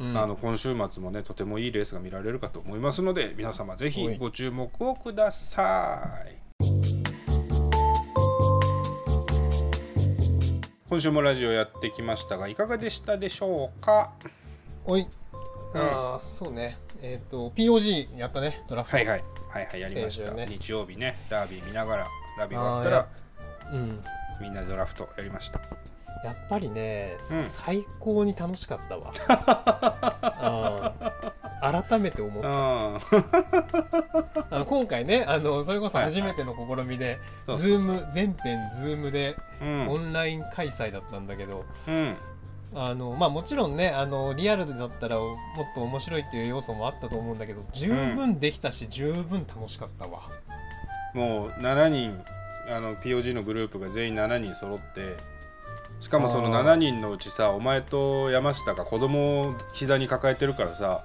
B: うん
A: あの今週末もねとてもいいレースが見られるかと思いますので皆様ぜひ
B: はい
A: ご注目をください今週もラジオやってきましたがいかがでしたでしょうか
B: おい、ああ、そうね。えっ、と、POG やったね、ドラフト。
A: はいはいはいはいやりまし
B: 先
A: た、
B: 週ね
A: 日曜日ねダービー見ながらダービーがあ
B: あ
A: っ
B: ー
A: たら
B: うん。
A: みんなドラフトやりました
B: やっぱりね、
A: うん
B: 最高に楽しかっ たわ。うん改めて思った。
A: うん
B: あの今回ね、あのそれこそ
A: はいはい
B: 初めての試みで、
A: そうそう
B: ズーム全編ズームで
A: うん
B: オンライン開催だったんだけど、
A: うん
B: あのまあもちろんね、あのリアルだったらもっと面白いっていう要素もあったと思うんだけど、十分できたし、十分楽しかったわ。
A: もう7人あの POG のグループが全員7人揃ってしかもその
B: あー
A: 7人のうちさお前と山下が子供を膝に抱えてるからさ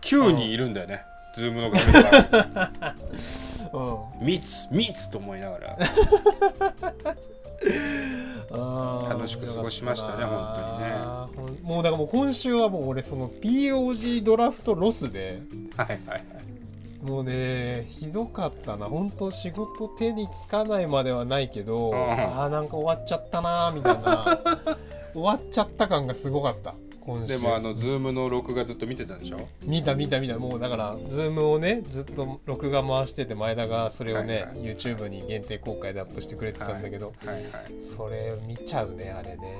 A: 9人いるんだよねズームの画面 から
B: うん。
A: 密密と思いながら楽
B: 楽
A: しく過ごしましたね
B: 本当にねもうだからもう今週はもう俺その POG ドラフトロスで
A: はいはいはい
B: もうねひどかったな本当仕事手につかないまではないけど、
A: うん
B: ああなんか終わっちゃったなーみたい な終わっちゃった感がすごかった今週
A: でもあのズームの録画ずっと見てたんでしょ
B: 見た見た見たもうだからズームをねずっと録画回してて前田がそれをね、
A: はいはい
B: YouTube に限定公開でアップしてくれてたんだけど、
A: はいはい
B: それ見ちゃうねあれね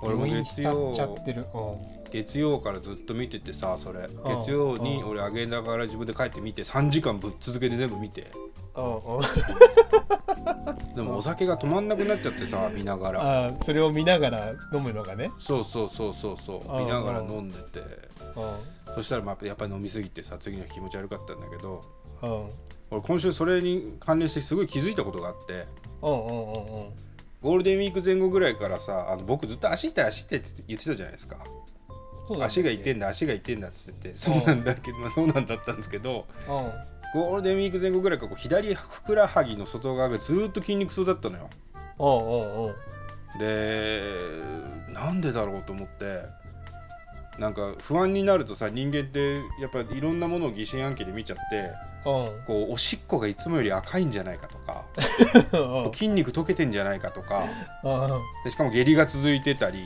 A: 俺も
B: 余韻
A: 月曜
B: 浸っちゃってる、うん
A: 月曜からずっと見ててさそれ
B: ん
A: 月曜に俺アゲンダから自分で帰って見て3時間ぶっ続けて全部見て
B: うんうん
A: でもお酒が止まんなくなっちゃってさ見ながら
B: あーそれを見ながら飲むのがね、
A: そうそうそうそうそう
B: あ
A: 見ながら飲んでて
B: う
A: そしたらまあやっぱり飲みすぎてさ次の日気持ち悪かったんだけど
B: んうん、うん
A: 俺今週それに関連してすごい気づいたことがあって
B: うんうんうん
A: ゴールデンウィーク前後ぐらいからさあの僕ずっと足痛い足痛いって言ってたじゃないですか
B: そうだね
A: 足が痛いんだ足が痛いんだっつっててそうなんだけど、まあ、そうなんだったんですけど
B: うん
A: ゴールデンウィーク前後ぐらいからこう左ふくらはぎの外側がずーっと筋肉痛だったのよ
B: うんうんうん
A: でなんでだろうと思ってなんか不安になるとさ人間ってやっぱいろんなものを疑心暗鬼で見ちゃってこうおしっこがいつもより赤いんじゃないかとか
B: うん
A: こう筋肉溶けてんじゃないかとか
B: うん
A: でしかも下痢が続いてたり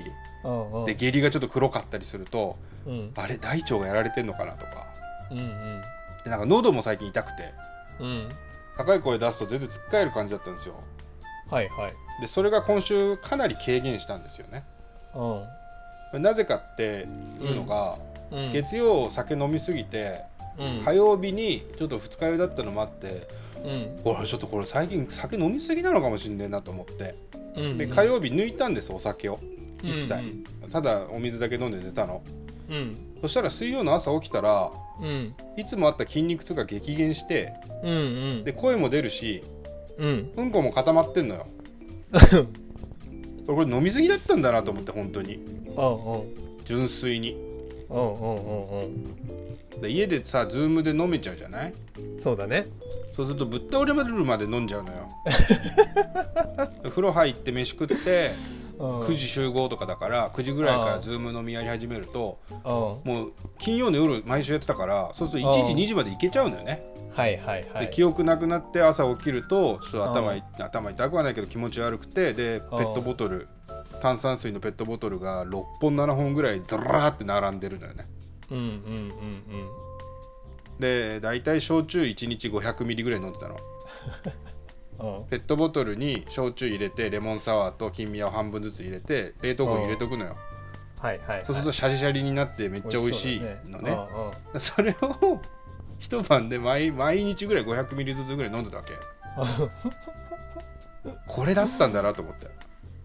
B: うんうん
A: で下痢がちょっと黒かったりすると
B: うん
A: あれ大腸がやられてんのかなとか
B: うんうん
A: でなんか喉も最近痛くて
B: うん
A: 高い声出すと全然つっかえる感じだったんですよ
B: はいはい
A: でそれが今週かなり軽減したんですよねなぜかっていうのが、
B: うんうん
A: 月曜酒飲みすぎて
B: うん
A: 火曜日にちょっと二日酔いだったのもあって
B: うん
A: 俺ちょっとこれ最近酒飲みすぎなのかもしんねえなと思って
B: うん
A: で火曜日抜いたんですお酒を一切、
B: うん
A: ただお水だけ飲んで寝たの
B: うん
A: そしたら水曜の朝起きたら
B: うん
A: いつもあった筋肉痛が激減して
B: うんうん
A: で声も出るし
B: うん
A: うんこも固まってんの よ俺これ飲みすぎだったんだなと思って本当に
B: うんうん
A: 純粋に
B: うんうんうん
A: で家でさズームで飲めちゃうじゃない
B: うんそうだね
A: そうするとぶっ倒れるまで飲んじゃう のよ風呂入って飯食って9
B: 9
A: 時集合とかだから9時ぐらいから
B: あー
A: ズーム飲みやり始めると
B: は
A: もう金曜の夜毎週やってたからそうすると
B: あ
A: 1
B: ー
A: 時2時まで行けちゃうのよね、
B: いはいは
A: で
B: い
A: 記憶なくなって朝起きるとちょっと頭い頭痛くはないけど気持ち悪くてでペ
B: あー
A: ットボトル炭酸水のペットボトルが6本7本ぐらいザラーって並んでるのよね
B: うんうんうんうん
A: で大体焼酎1日500ミリぐらい飲んでたの
B: うん
A: ペットボトルに焼酎入れてレモンサワーと金宮を半分ずつ入れて冷凍庫に入れとくのよ
B: はいはいはい
A: そうするとシャリシャリになってめっちゃ美味しいのね
B: うんうん
A: それを一晩で毎毎日ぐらい500ミリずつぐらい飲んでたわけこれだったんだなと思って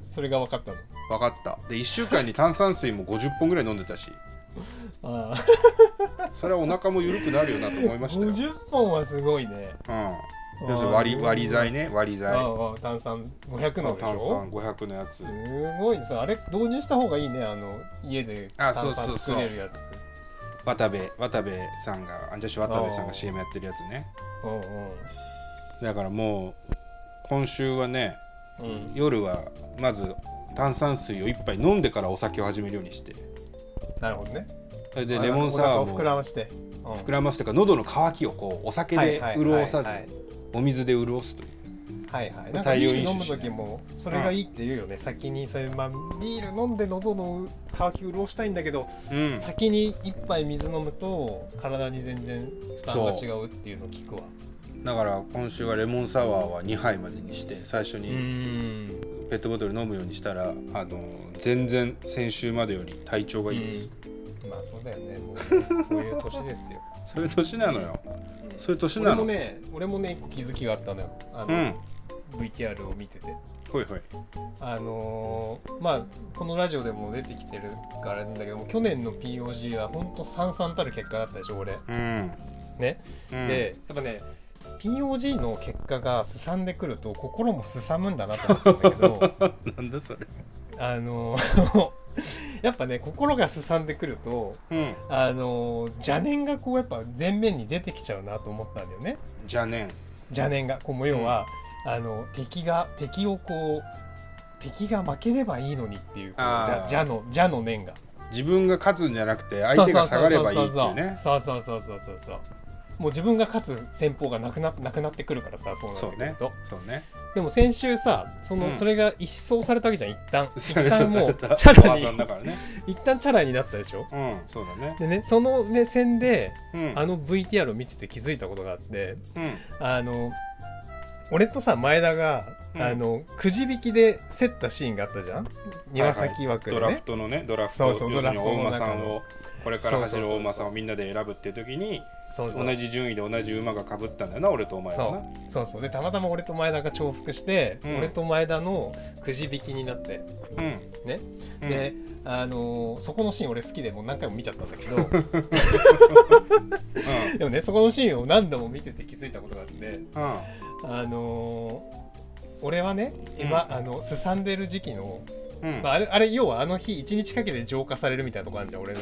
B: それが分かったの
A: 分かったで1週間に炭酸水も50本ぐらい飲んでたし
B: ああ
A: それはお腹も緩くなるよなと思いましたよ、うん、
B: 50本はすごいね
A: 要するに割り割り剤ね割り剤
B: ああ炭酸500
A: そ
B: の
A: う
B: でし
A: 炭
B: ょ
A: 酸500のやつ
B: すごいそれあれ導入した方がいいねあの家で
A: あ
B: 炭
A: そうそうそ
B: 酸
A: う
B: 作れるやつ
A: 渡部渡部さんがアンジャッシュ渡部さんが CM やってるやつね
B: うんうん
A: だからもう今週はね
B: うん
A: 夜はまず炭酸水を一杯飲んでからお酒を始めるようにして
B: なるほどね
A: それで
B: あ
A: レモンサワ
B: お
A: ーを
B: 腹を膨らまして、うん
A: 膨らますというか喉の渇きをこうお酒で潤さずお水で潤すという
B: はいはいなんか
A: 大
B: ビ
A: 量
B: ール
A: 飲酒
B: 飲む時もそれがいいって言うよね、先にそれまあビール飲んで喉の渇き潤したいんだけど、
A: うん
B: 先に一杯水飲むと体に全然負担が違うっていうのを聞くわ
A: だから今週はレモンサワーは2杯までにして最初
B: う
A: に
B: ん
A: ペットボトル飲むようにしたらあの全然先週までより体調がいいです
B: まあそうだよ ねもうそういう年ですよ
A: そういう年なのよ そういう年
B: 俺
A: なの
B: もね俺もね一個気づきがあったのよあ
A: う
B: の
A: ん、
B: VTR を見てて
A: ほいほい
B: あのーまあこのラジオでも出てきてるからなんだけども去年の POG はほんとさんさんたる結果だったでしょ俺
A: うん
B: ね、
A: うん
B: でやっぱね POG の結果がすさんでくると心もすさむんだなと思ったんだけ ど
A: なんだそれ
B: あの ーやっぱね心がすさんでくると
A: うん
B: あのー邪念がこうやっぱ前面に出てきちゃうなと思ったんだよね
A: じゃあね
B: 邪念がこうもう要は、あの敵が敵をこう敵が負ければいいのにっていうこう
A: あー
B: 邪邪の邪の念が
A: 自分が勝つんじゃなくて相手が下がればいいっていうね
B: そうそうそうそうそうそうもう自分が勝つ戦法がなくななくなってくるからさそうなって
A: そう
B: くる
A: ね
B: と、
A: そうね
B: でも先週さその、
A: うん
B: それが一掃されたわけじゃん一旦一
A: された
B: 旦
A: さ
B: も
A: れ
B: う
A: た
B: チャラ
A: おばさんだ
B: に
A: からね
B: 一旦チャラになったでしょ
A: うんそうだね
B: でねその目線で
A: うん
B: あの VTR を見てて気づいたことがあって
A: うん
B: あの俺とさ前田が、
A: うん
B: あのくじ引きで競ったシーンがあったじゃん庭崎枠で
A: ド
B: ね、
A: ラフトのねドラフト
B: そうそう
A: 要するに
B: ドラフト
A: 大
B: の
A: 馬さ
B: 中の
A: んをこれから走る
B: そうそうそうそう
A: 大馬さんをみんなで選ぶっていう時に
B: そうそう
A: 同じ順位で同じ馬がかぶったんだよな俺とお前は
B: そうそうそうでたまたま俺と前田が重複して、
A: うん
B: 俺と前田のくじ引きになって
A: なうん
B: ね、
A: うん
B: であのーそこのシーン俺好きでもう何回も見ちゃったんだけど でもねそこのシーンを何度も見てて気づいたことがあって
A: うんうん
B: あのー俺はね今、あのすさんでる時期の
A: うん
B: まあ、あれあれ要はあの日1日かけて浄化されるみたいなとこあるじゃ ん俺の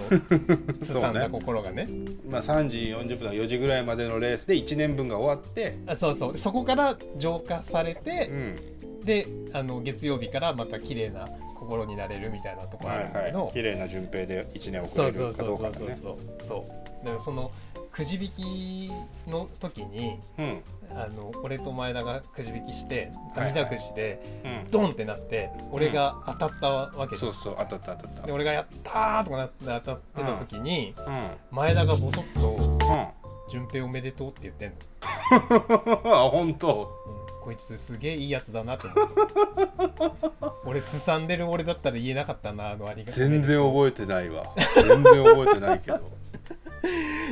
B: すさんだ心がね
A: まあ3時40分4時ぐらいまでのレースで1年分が終わって
B: あそうそうでそこから浄化され
A: う
B: て、
A: ん
B: であの月曜日からまた綺麗な心になれるみたいなとこ
A: は
B: あ
A: い
B: るんだけど、
A: はい綺麗な順平で1年遅
B: そ
A: れ
B: うそう
A: るか
B: そ
A: ど
B: う
A: う
B: そ
A: か
B: う
A: だ
B: そう
A: ね
B: そうそうだからそのくじ引きの時に
A: うん
B: あの俺と前田がくじ引きして
A: はいはい
B: 涙くじで
A: うん
B: ドンってなって俺が当たったわけじゃ
A: そ
B: ん
A: うそう当たった当たっ
B: で俺が「やったー!」とかなって当たってた時に、
A: たうん
B: 前田がボソッと「
A: うん あ
B: 順平おめでとうって言ってんの、
A: 本当
B: うんこいつすげえいいやつだなって思って 俺すさんでる俺だったら言えなかったなあのありが
A: 全然覚えてない わ全然覚えてないけど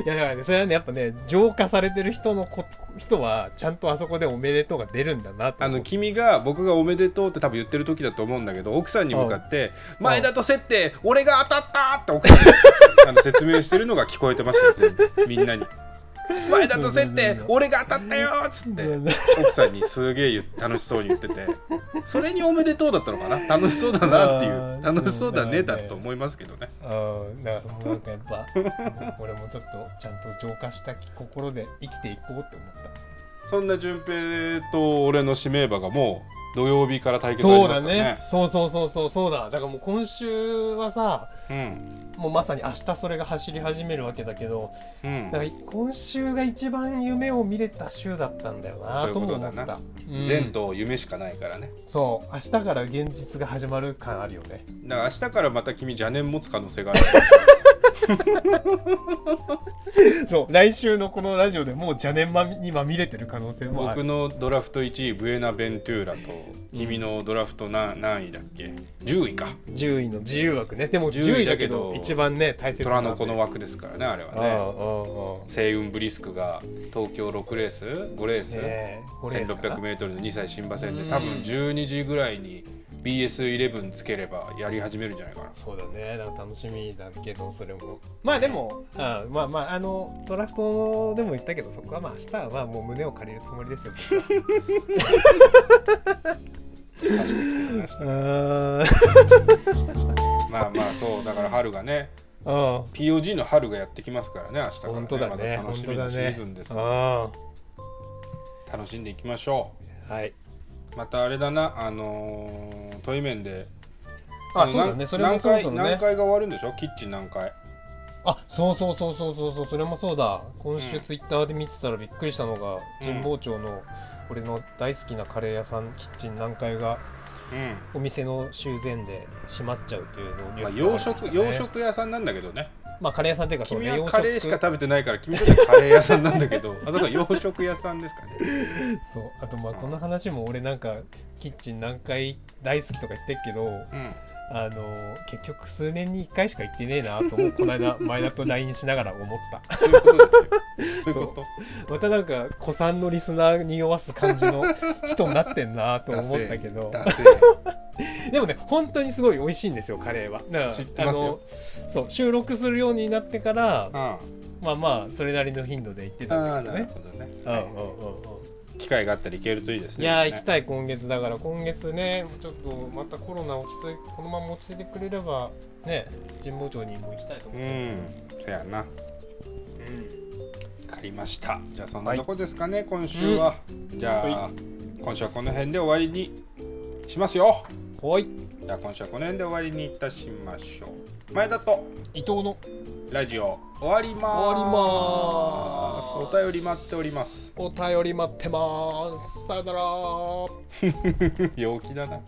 B: いやだからねそれはねやっぱね浄化されてる人のこ人はちゃんとあそこでおめでとうが出るんだなって
A: あ
B: 思う
A: の君が僕が「おめでとう」って多分言ってる時だと思うんだけど奥さんに向かって「前田と競って俺が当たった!」って奥さん にあの説明してるのが聞こえてましたよ全部みんなに「前田と競って俺が当たったよ!」っつって奥さんにすげえ言う楽しそうに言っててそれに「おめでとう」だったのかな楽しそうだなってい
B: あー
A: う楽しそうだね
B: うん
A: だと思いますけどね
B: うんだからもうなんかやっぱ俺もちょっとちゃんと浄化した心で生きていこうって思った
A: そんな順平と俺の指名馬がもう土曜日から対決あ
B: そ
A: ります
B: うだ
A: からね
B: ねそうそうそうそうそうだだからもう今週はさもうまさに明日それが走り始めるわけだけど
A: うんうん
B: だから今週が一番夢を見れた週だったんだよなとも思
A: そういうことだ
B: った
A: な
B: うん
A: 前途夢しかないからね
B: そう明日から現実が始まる感あるよね
A: だから明日からまた君邪念持つ可能性が ある
B: そう来週のこのラジオでもう邪念まみにまみれてる可能性もあ
A: 僕
B: る
A: のドラフト1位ブエナベントゥーラと君のドラフト何何位だっけ10位か
B: 10位の自由枠ねでも
A: 10
B: 10
A: 位
B: 位
A: だ
B: だ
A: け
B: け
A: ど
B: ど一番ね大切
A: 虎
B: な
A: の子の枠ですからねあれ
B: ああああ
A: はね
B: あ
A: 星雲ブリスクが東京6レース5レー
B: あ
A: ス、
B: ねえこれですか
A: 1600m の2歳新馬戦で多
B: う
A: 分
B: ん
A: 12時ぐらいに BS11 つければやり始めるんじゃないかな
B: そうだねなんか楽しみだけどそれもまあでもああまあまああのドラフトでも言ったけどそこはまあ明日はまあもう胸を借りるつもりですよ僕はあ
A: まあまあそうだから春がね
B: あ
A: POG の春がやってきますからね明日から、ね、
B: 本当だね
A: また楽
B: 本
A: し
B: 当
A: み
B: だ
A: なシー
B: ね
A: ズンです、
B: あ
A: 楽しんでいきましょう
B: あはい
A: またあれだなあのー、問い面で
B: あ
A: の
B: そうだ
A: な
B: ね
A: ん
B: それも
A: 何
B: そろ
A: 回
B: そろ
A: 何
B: ね
A: 回が終わるんでしょキッチン何回
B: あそうそうそうそうそうそうそれもそうだ今週
A: うん
B: ツイッターで見てたらびっくりしたのが
A: うん
B: 神保町の俺の大好きなカレー屋さんキッチン南海が
A: うん
B: お店の修繕で閉まっちゃうっていうのをニ
A: まあ、
B: ュースで
A: 洋
B: 流れてき
A: 食
B: たね
A: 洋食屋さんなんだけどね
B: まあカレー屋さんっていうかそう
A: 君は
B: ね洋
A: カレーしか
B: 食
A: 食べてないから君にとってはカレー屋さんなんだけ どあそこは洋食屋さんですかね
B: そうあとまあこの話も俺なんかキッチン南海大好きとか言ってっけど
A: うん
B: あの結局数年に1回しか行ってねえなと思うこの間前田と LINE しながら思った
A: そういうことですよそういうこと
B: またなんか古参のリスナーに酔わす感じの人になってんなと思ったけど
A: ダセえ
B: でもね本当にすごい美味しいんですよカレーはだから
A: 知ってますよ
B: あのそう収録するようになってから
A: あ
B: まあまあそれなりの頻度で行って
A: あ
B: た
A: ああ
B: んだ
A: な
B: けど
A: るほ
B: ね
A: どね
B: うんうんうんうん
A: 機会があったら行けるといいです
B: い
A: ね
B: やー行き
A: い
B: たい今月だから今月ねちょっとまたコロナ落ち着いこのまま落ち着いてくれればね神保町にも行きたいと
A: う
B: 思って
A: んそやなわかりましたじゃあそんなとこですかね、今週は、じゃあ、
B: は
A: 今週はこの辺で終わりにしますよ
B: おい
A: じゃあ今週はこの辺で終わりにいたしましょう前田と
B: 伊藤の
A: ラジオ終わります
B: 終わります
A: お便り待っております
B: お便り待ってますさよなら
A: 陽気だな